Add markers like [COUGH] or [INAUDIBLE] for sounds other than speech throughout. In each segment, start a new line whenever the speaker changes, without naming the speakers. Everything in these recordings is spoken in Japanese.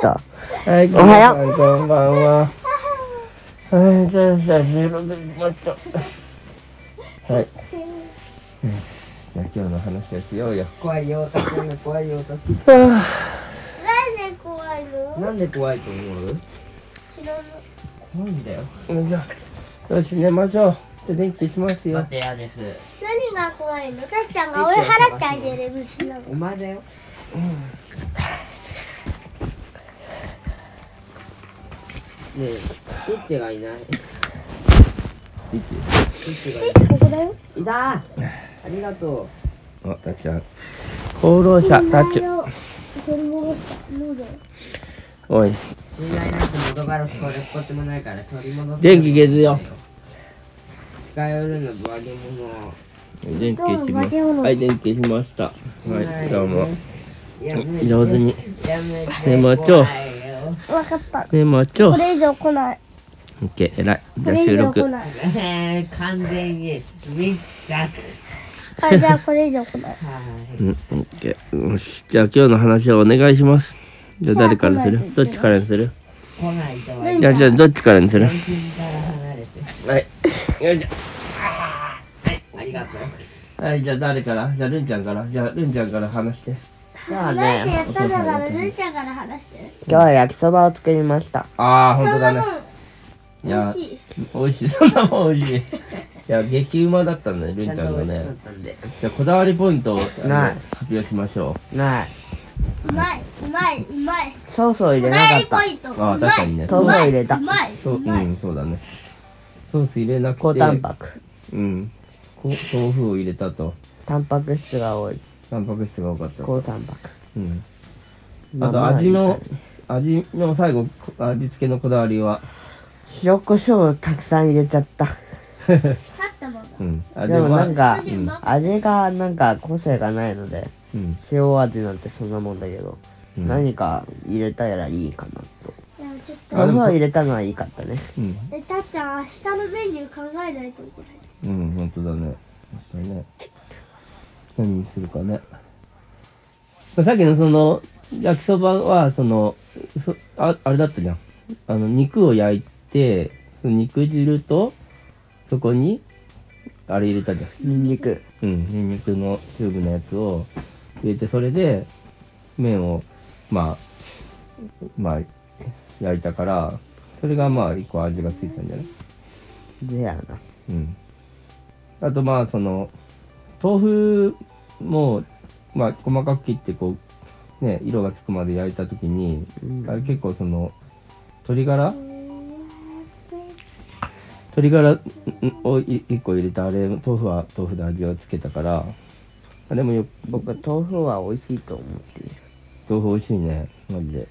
か
はい、
おはよ
皆
う
さんこんばんは。はい、じゃあ、じゃあ、収録行きましょう。はい。うんじゃあ、今日の話をしようよ。
怖いよ、おたけんが怖いよ、おたけ
なんで怖い
ん。
の
なんで怖いと思う
知らない
怖いんだよ。
よいしょ。よし、寝ましょう。じゃあ、電気消しますよ。
てやです。
何が怖いのたっちゃんが追い払ってあげる虫なの
お前だよ。うん。ねえ、ピッチがいない。ピッチがいな
ここだよ
い。いたありがと
お、たっちゃん。功労者、タッチ。
全部戻ったので
おい、
う。信頼なんて元からこれっぽっちもないから取り戻す。
電気消すよ。
近寄るの化け物。
電気消します。はい、電気消しました。はい、どうも。
やめて
上手に。
やめ
ね
て。
えもうちょ
怖いよ
わかった
寝ましょう
こ。れ以上来ない
オッケー、偉い。じゃあ、
これ以
収
上来
録。
ない
えー完全に密着。
あじゃあこれ以上来ない
はい。
うん、オッケー。よし、じゃあ今日の話をお願いします。じゃあ誰からするどっちからにする
来ないとは
ね
言う。
じゃあじゃあどっちからにする
全身から離れて。
はい。よいし
ありがとう。
ょ。はい、じゃあ誰からじゃあるんちゃんからじゃあるんちゃんから話して。
じゃあ
なんで
ね、
やっただからルーちゃんから話してる
今日は焼きそばを作りました。
ああ、ほん
そ
と
んな
だ
も
ね。い
ん美味
や
し、い
美味しい。そんなもん美味しい。いや、激うまだったん
[LAUGHS]
だね、るん
ちゃん
ちゃん
と
が
美味しかっ
ね。
たんで。
じゃあこだわりポイントをあの
ない
発表しましょ
ないう
まいうまいうまい
ソースを入
こ
れ
だ
な
わ
か
り
っ
ポ
た。
イント
あー
うまい
確かにね。
う
豆腐
ま
を
い
入れた
うまいう
そう、う
うまい
ん、そうだね。ソース入れなくて。
高タンパク。
うん。こ豆腐を入れたと。
タンパク質が多い。
タンパク質が多かったと。
高タンパク。
うん。
ま
あと味の、味の最後、こ味付けのこだわりは。
塩コショウをたくさん入れちゃった。
勝ったもん
うん。あ
でもなん、か
で、も
味がなんか個性がないので、
うん。
塩味なんてそんなもんだけど、
うん
何か入れたらいいかなと。
ちょっと
あで
豆
も
腐を入れたのはいいかったね。
うん。
えたっちゃん明日のメニュー考えないといけない
うん、本当だね。確かにね。何にするかね。さっきのその、焼きそばは、その、そああれだったじゃん。あの、肉を焼いて、その肉汁と、そこに、あれ入れたじゃん。
ニンニク。
うん、ニンニクのチューブのやつを入れて、それで、麺を、まあ、まあ、焼いたから、それがまあ、一個味がついたんじゃない
でやな。
うん。あと、まあ、その、豆腐も、まあ、細かく切って、こう、ね、色がつくまで焼いたときに、
うん
あれ結構その、鶏ガラ鶏ガラんを1個入れたあれ、豆腐は豆腐で味をつけたから、あれもよ、
僕豆腐は美味しいと思っている
豆腐美味しいねマジで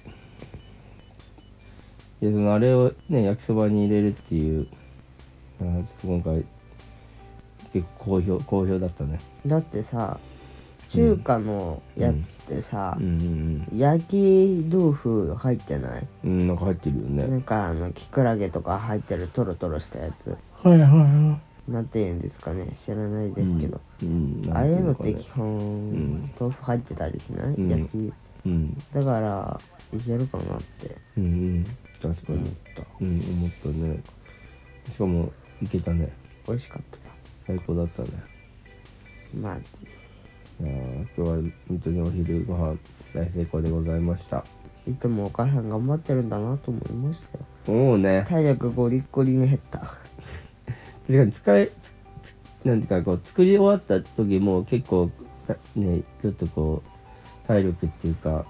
でそのあれをね焼きそばに入れるっていうあーちょっと今回結構好評好評だったね
だってさ中華のやつってさ
うん、
焼き豆腐入ってない
うんうんうんなんか入ってるよ
な
ね
んかあのキクラゲとか入ってるトロトロしたやつ
はいはいは
なんて言うんですかね知らないですけど、
うん、うん、
ああいうの
なん
って
かね
基本、
ん
豆腐入ってたりしない、
うん
焼き
うん
だからいけるかなって
うんうん確か
思っ
に
た、
うん思ったねしかもいけたね
美味しかった
最高だったね
まあ
いやー今日は本当にお昼ご飯大成功でございました
いつもお母さん頑張ってるんだなと思いましたよ
もうね
体力ゴリッゴリに減った
確かに使いつつなんていうかこう作り終わった時も結構たねちょっとこう体力っていうか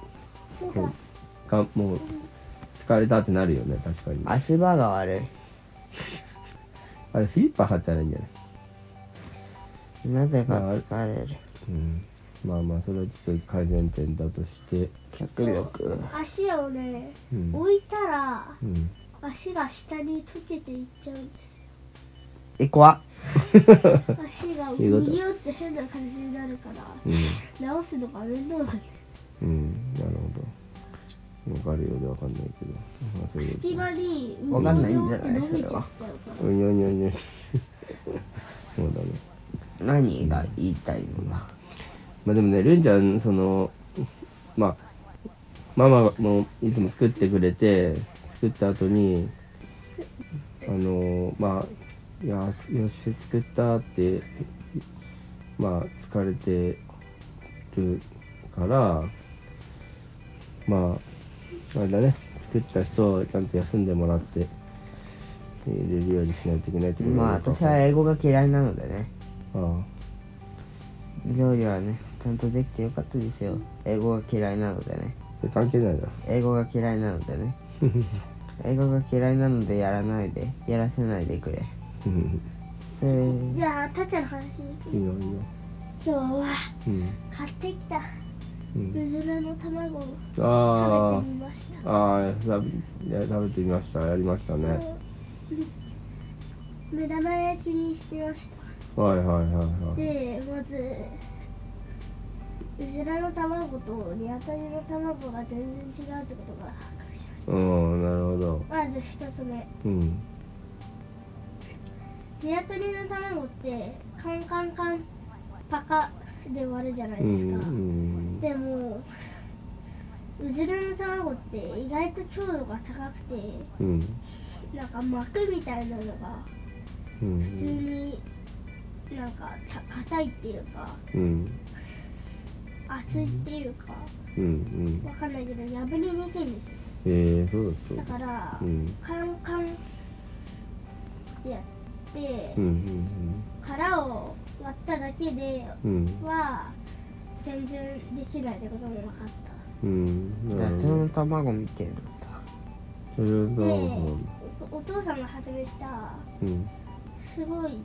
こうがもう疲れたってなるよね確かにあ
足場が悪い
れスリッパ履ったらいいんじゃない、
なぜか疲れる。
うん、まあまあそれはちょっと改善点だとして
脚力。
足をね
うん、
置いたら
うん、
足が下に溶けていっちゃうんです
え、怖っ。
よ足がう
いうこと
にゅって変な感じになるから
うん
直すのが面倒なんです
うんなるほどわかるようでわかんないけど、まあ、そういうこ
隙間にう
わかんない
に
んじ
ゅ
ゃ
って
ない
伸びちゃっちゃうか
とうんにょんにょんにょん [LAUGHS] そうだね
何が言いたいのか。
まあでもね、るんちゃん、その、まあ、ママもいつも作ってくれて作った後にあのまあいやよし作ったってまあ疲れてるからまああれだね作った人をちゃんと休んでもらっていれるようにしないといけないってこと
まあ
なのか
私は英語が嫌いなのでね
あ
料理はねちゃんとできてよかったですよ英語が嫌いなのでね
あそれ関係ないな
英語が嫌いなのでね英語が嫌いなのでやらないでやらせないでくれ
うん
そういう
じゃあ、たっちゃんの話に行く
いいよいいよ
今日は
うん
買ってきた
うん
うずらの卵を
あ
食べてみました。
あああ食べいや食べてみましたやりましたね
うん目玉焼きにしてました。
はいはいはいはい
でまずうずらの卵とニワトリの卵が全然違うってことが発覚しました
うんなるほど
まず一つ目
うん
ニワトリの卵ってカンカンカンパカで割るじゃないうです
ん
か、
うん
でもうずらの卵って意外と強度が高くて
うん
なんか膜みたいなのが
う
普通
ん
になんかた硬いっていうか
うん
厚いっていうか
うんうん
わかんないけど破れにくいんですよ
えー、そうだそう
だ
だ
から、
うん
カンカンってやって、
うんうん
殻を割っただけで
うん
は全然できないってことも分かった
うんうんな
ガ
る
チョウ
ほど
の卵みたいな
それはそうなの
おお父さんが発明した
うん
すごい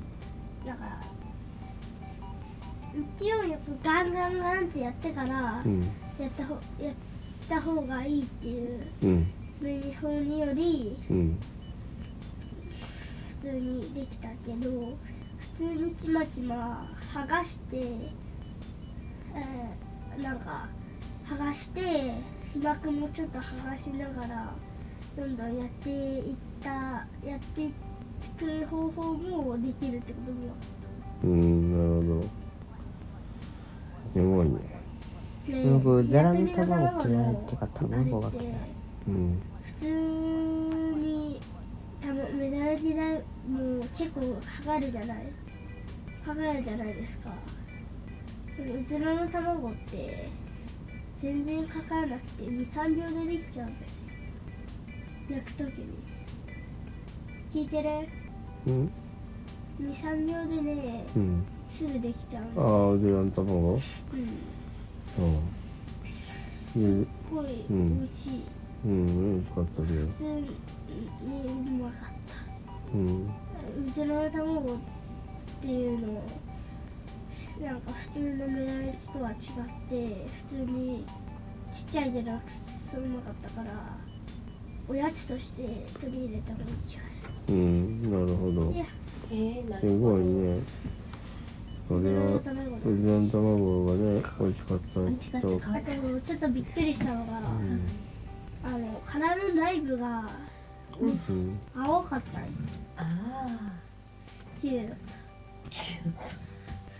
なんか勢いよくガンガンガンってやってから
うん
やったほやった方がいいっていう
うん
それに風により
うん
普通にできたけど普通にちまちま剥がして、えーなんか剥がして被膜もちょっと剥がしながらどんどんやっていったやっていく方法もできるってことも
うんなるほどすごいね
ね
僕うずらの
ニワトリ
卵嫌いっていうか
の
卵
あ
が
れって
嫌い
うん
普通にたま目玉焼きだもう結構かかるじゃないかかるじゃないですかでもうずらの卵って全然かからなくて23秒でできちゃうんですよ焼く時に聞いてる
うん
23秒でね
うん
すぐできちゃうんです
ああうずらの卵
うん
うん
すごい美
うん
味しい、
うん、うん、使ったけど
普通にうまかった
うん
うちの卵っていうのをなんか普通の目玉焼きとは違って普通にちっちゃいでなくそんなかったからおやつとして取り入れた方がいい気が
う
す
ん、なるほど
いや
えー、なる
すごいねそ
る
れは
う
う
ちの卵だ
ずらの卵がね美味しかったと
美味しかっ
あとちょっとびっくりしたのが、
うん
あの殻の内部が
うん
青かった
ああ
綺麗だ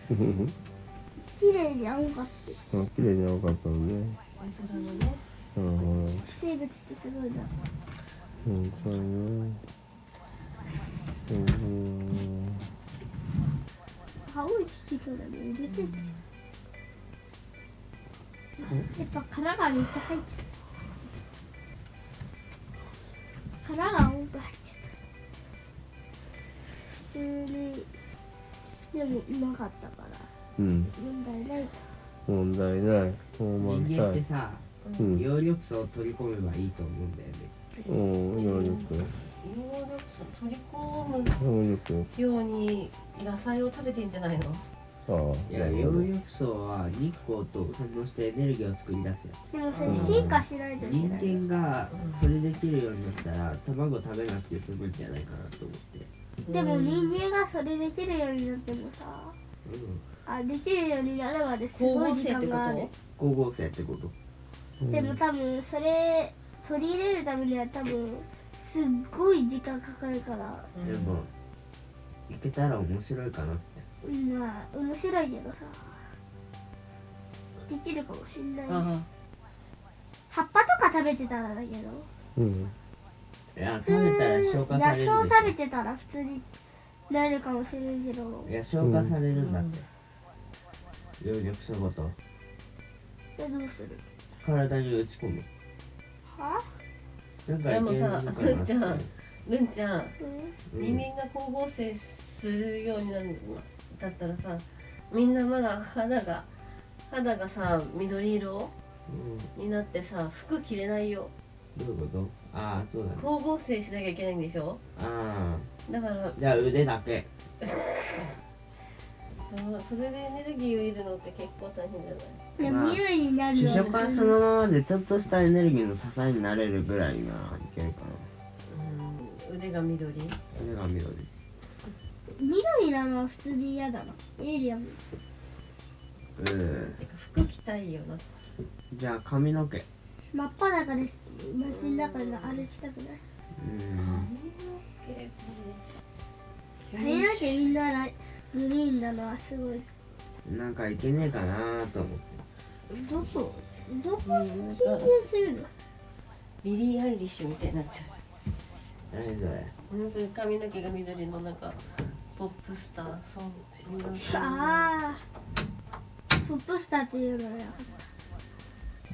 ふふふ
綺麗に青かった
あ綺麗に青かったのね
お医者さんのね
うんうん
生物ってすごいな
うんそうねうん
青い利きそうだね入れてるやっぱ殻がめっちゃ入っちゃった殻が多く入っちゃった普通にでもうまかったから
うん
問題ない
問題ないもう満
人間って
載
さ
うん
葉緑素を取り込めばいいと思うんだよね
うん葉緑素
葉緑素取り込む
葉緑素
ように野菜を食べてんじゃないの
ああ
いや、葉緑素は日光と反応してエネルギーを作り出すよ。
でもそれ進化しないといけない
人間がそれできるようになったら、卵食べなくて済むんじゃないかなと思って。
でも人間がそれできるようになってもさ
うん。
あできるようになるまです
光
ごい
合
時
成って
間
こ
がある
と
光合成ってこと。
うん
でも多分それ取り入れるためには多分すっごい時間かかるから
でも、いけたら面白いかなって。
うんまあ面白いけどさできるかもしんない
あ
葉っぱとか食べてたらだけど
うん。
いや
普
食べたら消化され
通
るでし
野
ょ
草食べてたら普通になるかもしれんけど
いや消化されるんだって葉緑素ごと
えどうする
体に打ち込む
は
なんかいけるのか
で
な
も
っ
さじゃあ
て
るんちゃん
うん
うん
人間が光合成するようになるんだったらさみんなまだ肌が肌がさ緑色
うん
になってさ服着れないよ
どういうことああそうだね
光合成しなきゃいけないんでしょ
あ
だから
あじゃあ腕だけ
そのそれでエネルギーを得るのって結構大変じゃない
いや
まあ
見るになる
主
よ
食はそのままでちょっとしたエネルギーの支えになれるぐらいならいけるかな
うん腕が緑
腕が緑
緑なのは普通に嫌だなエイリアン
うん
てか服着たいよな
じゃあ髪の毛
真っ裸で街の中で歩きたくない
うん
髪の毛みんなライグリーンなのはすごい
なんかいけねえかなと思って
どこどこ
なん
浸
か
入するの
ビリー・アイリッシュみたいになっちゃう
何それ
じゃんうんそういう髪の毛が緑のなんかポップスターソング
ああポップスターっていうのよ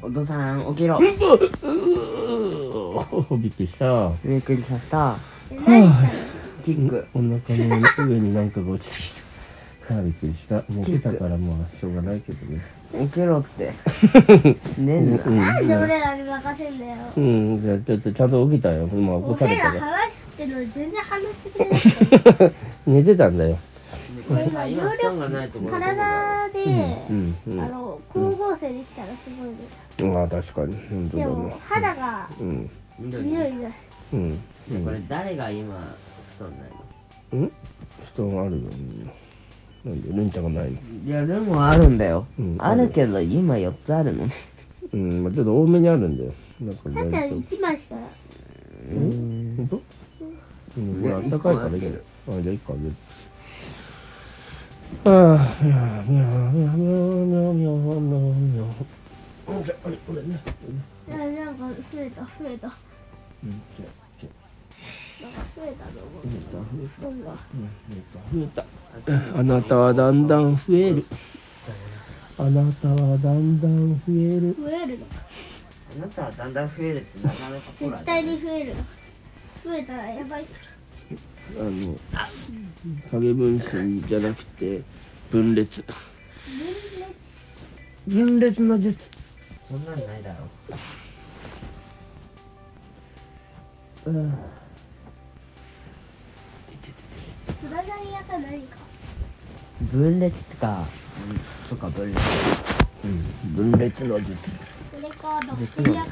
お父さん起きろ
う [LAUGHS] びっくりした。
びっくりさせた
え何したの
キック
お腹の上になんかが落ちてきた。 [LAUGHS] ああ、びっくりした。寝てたからまあしょうがないけどね。
起きろってねえんだ
うん
なんで俺らに任せんだよ
うん、じゃあちょっとちゃんと起きたよ。まあ起こされ
俺ら
たから。
話してるのに全然話してくれないか
寝てたんだよ。
ら今いろいろ
がないと思う
体で、
うん、う
あ
ん。
の光合成できたらすごいね
まあ確かに。本当
で
だ
も
ね。
肌が
うん、
緑
緑だ
うん。
ねこれ誰が今布団ないの
うん布団あるよ、みんな。なんで、ルンちゃんがないの
いやルンはあるんだよ、
うん
あるけど今4つあるのね
うん、まあちょっと多めにあるんだよ。だか
だ
ら
ったら
大丈夫。
1枚しか
うん本当うん、これあったかいからいいけど。あ、じゃあ一個あげる。ああ、みゃーみゃーみゃーみゃーみゃーみゃーみゃーみゃー。じゃあ、あれ、これね。
あなんか増えた増えたなんか
うん、じゃあ、
増えたと思
増えた、増え
うどんどん
た、増えた、増えた。あなたはだんだん増える。あなたはだんだん増える。
増えるの
あなたはだんだん増えるってなかなかほら
絶対に増えるの増えたらやばいか
あ
ら
の影分身じゃなくて分裂分裂の術
そんなんないだろ
うん
プラザニアか何か
分裂とかとか分裂
分裂の術
それかバッテリアか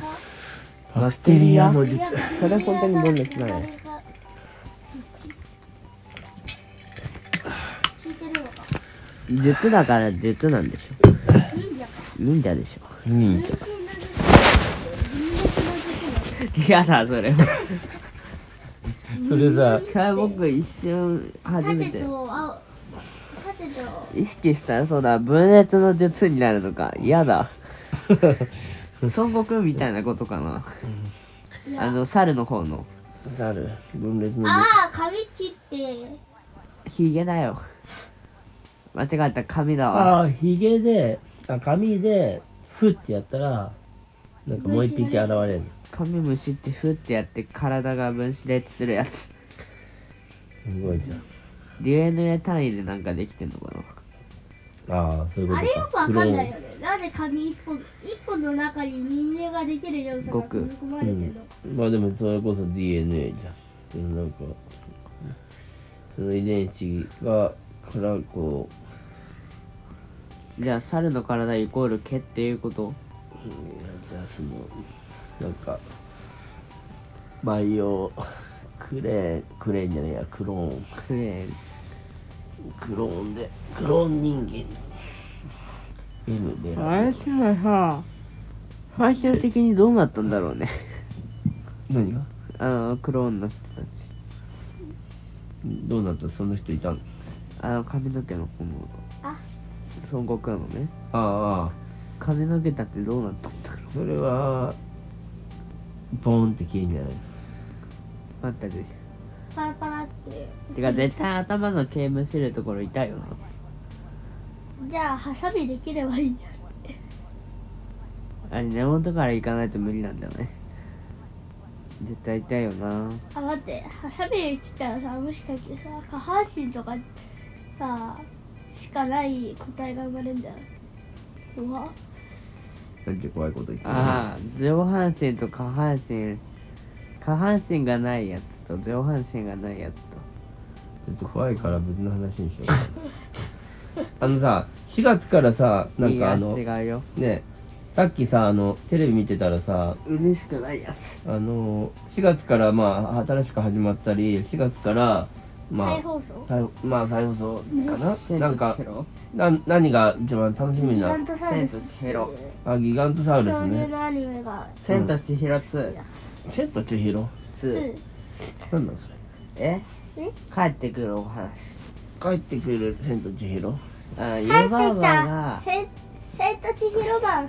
バッテリアの術
いやバッテリアか
それ本当に分裂なの
流れかそっち聞いてるのか
術だから術なんでしょ
忍者か
忍者でし
[LAUGHS] うん
分身の術分裂の術
ょ嫌だそれは
それさ
それ僕一瞬
な
初
の
め
縦
て
と青縦と
意識したらそうだ分裂の術になるのか嫌だ孫悟空みたいなことかない
や
あの猿の方の
ザル分裂の術
ああ髪切って
ヒゲだよ間違った髪だわ
ああヒゲであ髪でフッてやったらなんかもう一匹現れる
髪虫ってフってやって体が分裂するやつ
すごいじゃん
DNA 単位でなんかできてんのかな
ああそういうことか
あれよくわかんないよね。なぜ紙一本一本の中に人間ができる要素が組み込まれてるのか。
うん、まあでもそれこそ DNA じゃんそのなんかその遺伝子がからこ
じゃあ猿の体イコール毛っていうこと
う、うん、じゃあそのなんかバイオクレーンクレーンじゃねえやクローン
クレーン
クローンでクローン人間 M で
あれささ最終的にどうなったんだろうね
何が
あのクローンの人たち
どうなったその人いたの
あの髪の毛の子も
あ
孫悟空のね
ああ
髪の毛たちどうなったんだろ
それはポーンって消えんじゃない
まったく
パラパラって
てか絶対頭の毛むしるところ痛いよな
じゃあハサミできればいいんじゃない
あれ根元から行かないと無理なんだよね絶対痛いよな
あ待ってハサミで切ったらさもしかしてさ下半身とかさしかない個体が生まれるんだようわ
なんて怖いこと言ってる
ああ上半身と下半身下半身がないやつと上半身がないやつと
ちょっと怖いから別の話にしよう [LAUGHS] あのさ4月からさなんかあの
いいや違うよ
ねさっきさあのテレビ見てたらさ
嬉しくないやつ
あの4月からまあ新しく始まったり4月からま
再
あ
放送
再まあ再放送かななんかな何が一番楽しみ
ギガ
な
ントサウルス
千と千尋
あギガントサウルス
恐竜
ね
のアニメが
「千と千尋2
千と千尋」
2
なんなんそれ
え
え
帰ってくるお話
帰ってくる千と千尋
あ
入って
湯
き
婆婆
た
が
千千と千尋版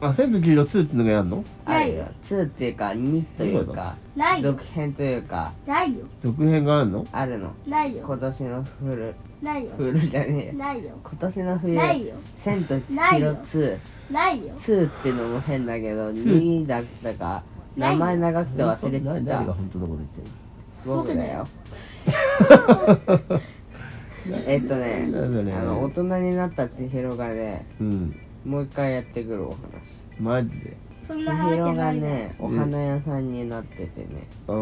あ千と千尋2ってのがやんの
あるよ2っていうか2というか
ないよ
続編というか
ないよ
続編があるの
あるの
ないよ
今年の冬
ないよ
冬じゃねえよ
ないよ
今年の冬
ないよ
千と千
ない
尋
よ
2」
ないよ
2ってのも変だけど2だったか名前長くて忘れ
な
て
誰が
た
本当のこと言ってる
僕だよえっとね
なんだね
あの大人になった千尋がね
[LAUGHS] うん
もう一回やってくるお話
マジで
そん
千
な流行っ
尋
て
が
ないよ
ねお花屋さんになっててね
ああ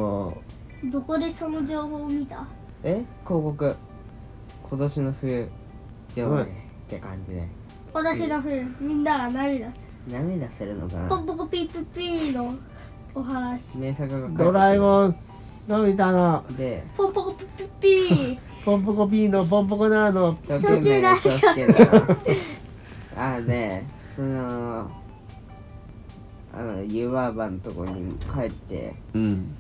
どこでその情報を見た
え広告今年の冬上映って感じで
私の冬みんなが涙する
涙するのか
ポ
な
ンポコピーピーピーのお話
名作が
ドラえ
ん
もんのび太の
で
ポンポコピーピーピー
ポンポコピーのポンポコナーの
ちょ
ちょちょいだ
気をつけて
[LAUGHS]
なあねそのあの湯婆婆のとこに帰って
うん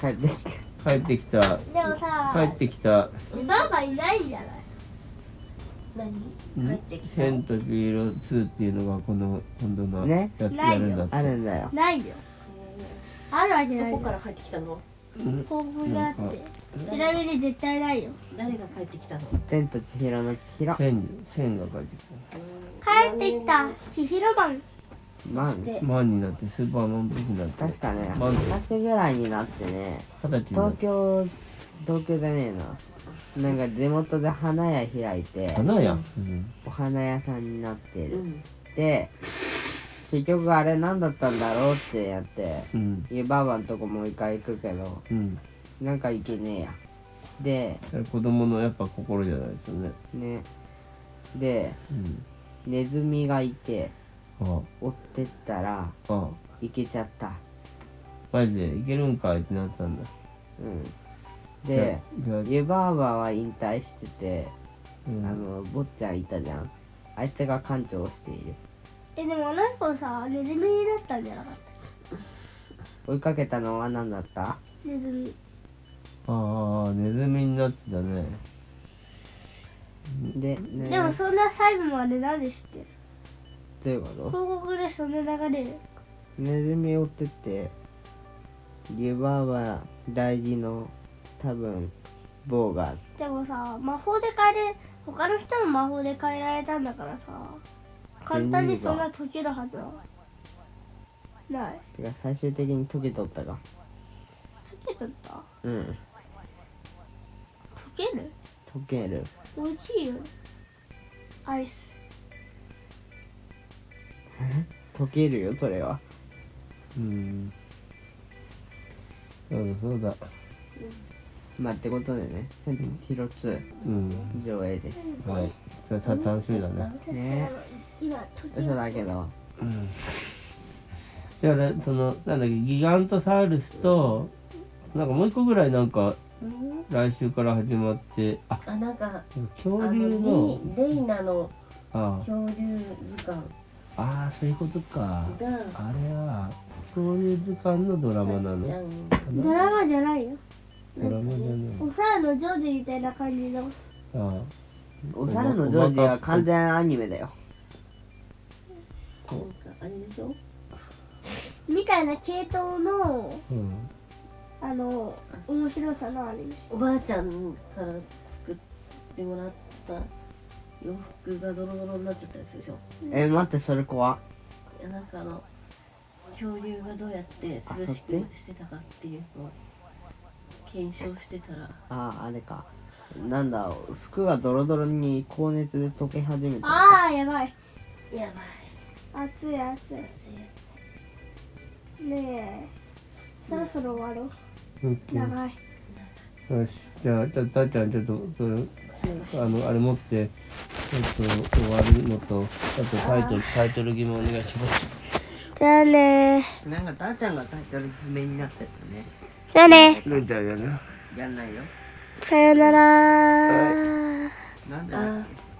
帰ってきて
帰ってきた
でもさ
帰ってきた
ママいないじゃない
何帰ってきた
千と千尋2っていうのがこの今度のや
ね
つやるんだって、
あるんだよ
ないよあるわけ
ど
ない
こ
よ
から帰ってきたの
広告があってちなみに絶対ないよ
誰が帰ってきたの
千と千尋の千尋
千千が帰ってき
帰ってきた千尋版
まあ
して
た万になってスーパーマンっぽくなって
確かね
マ
二
ンっ
十
て
歳ぐらいになってね
二十歳になっ
東
て
京東京じゃねえななんか地元で花屋開いて
花やん、うん、
お花屋さんになって
う
る、
ん
で結局あれ何だったんだろうってやって
うん
湯婆婆のとこもう一回行くけど
うん
なんか行けねえやで
子供のやっぱ心じゃないですよね
ねで
うん
ネズミがいて
あ
追ってったら
あああ
行けちゃった
マジでいけるんかいってなったんだ
うんで
いやいや
湯婆婆は引退してて、
うん
あの坊ちゃんいたじゃんあいつが館長をしている
えでもあの子さネズミだったんじゃなかっ
追いかけたのは何だった
たネズミ
ああネズミになってたね
で、ね、
でもそんな細部までなんで知ってる
どういうこと
広告でそんな流れる
ネズミ追ってって湯婆婆大事の多分棒が
でもさ魔法で変える他の人の魔法で変えられたんだからさ簡単にそんな解けるはずはない
てか最終的に溶けとったか
解けとった解
うん
ける
溶ける
美味しいよねアイス
溶けるよそれは
うんそうだそうだ
まあってことでね「千と千尋2
うん」
上映です
はいそれさ楽しみだね
ね
今解け
嘘
る
だけど
だからそのなんだっけギガントサウルスとなんかもう一個ぐらいなんか来週から始まってあ
あなんかあ
恐竜
の
の
レイレイナの
あ
恐竜図鑑
あああそういうことか
が
あれは恐竜図鑑のドラマなの
じゃ
ド
ん
ドラマじゃないよ
ラマじゃない
お皿のジョージみたいな感じの
ああ
お猿のジョージは完全アニメだよ
なんかあれでしょ
みたいな系統の
うん
あの面白さのアニメ
おばあちゃんから作ってもらった洋服がドロドロになっちゃったやつでしょ
え待ってそれ怖っ
いやなんかあの恐竜がどうやって涼しくしてたかっていうのを検証してたら
あああれかなんだ服がドロドロに高熱で溶け始めた
ああやばい
やばい
熱い熱いねえそろそろ終わろう
オッケー
長い
よしじゃあじゃあたっちゃんちょっとそれ
すみません
あのあれ持ってちょっと終わるのとあとタイトルタイトル決めお願いします
じゃあね
なんかたーちゃんがタイトル不明になってたね
じゃあね
ルンちゃんやね
やんないよ
さよなら
なんでだっけ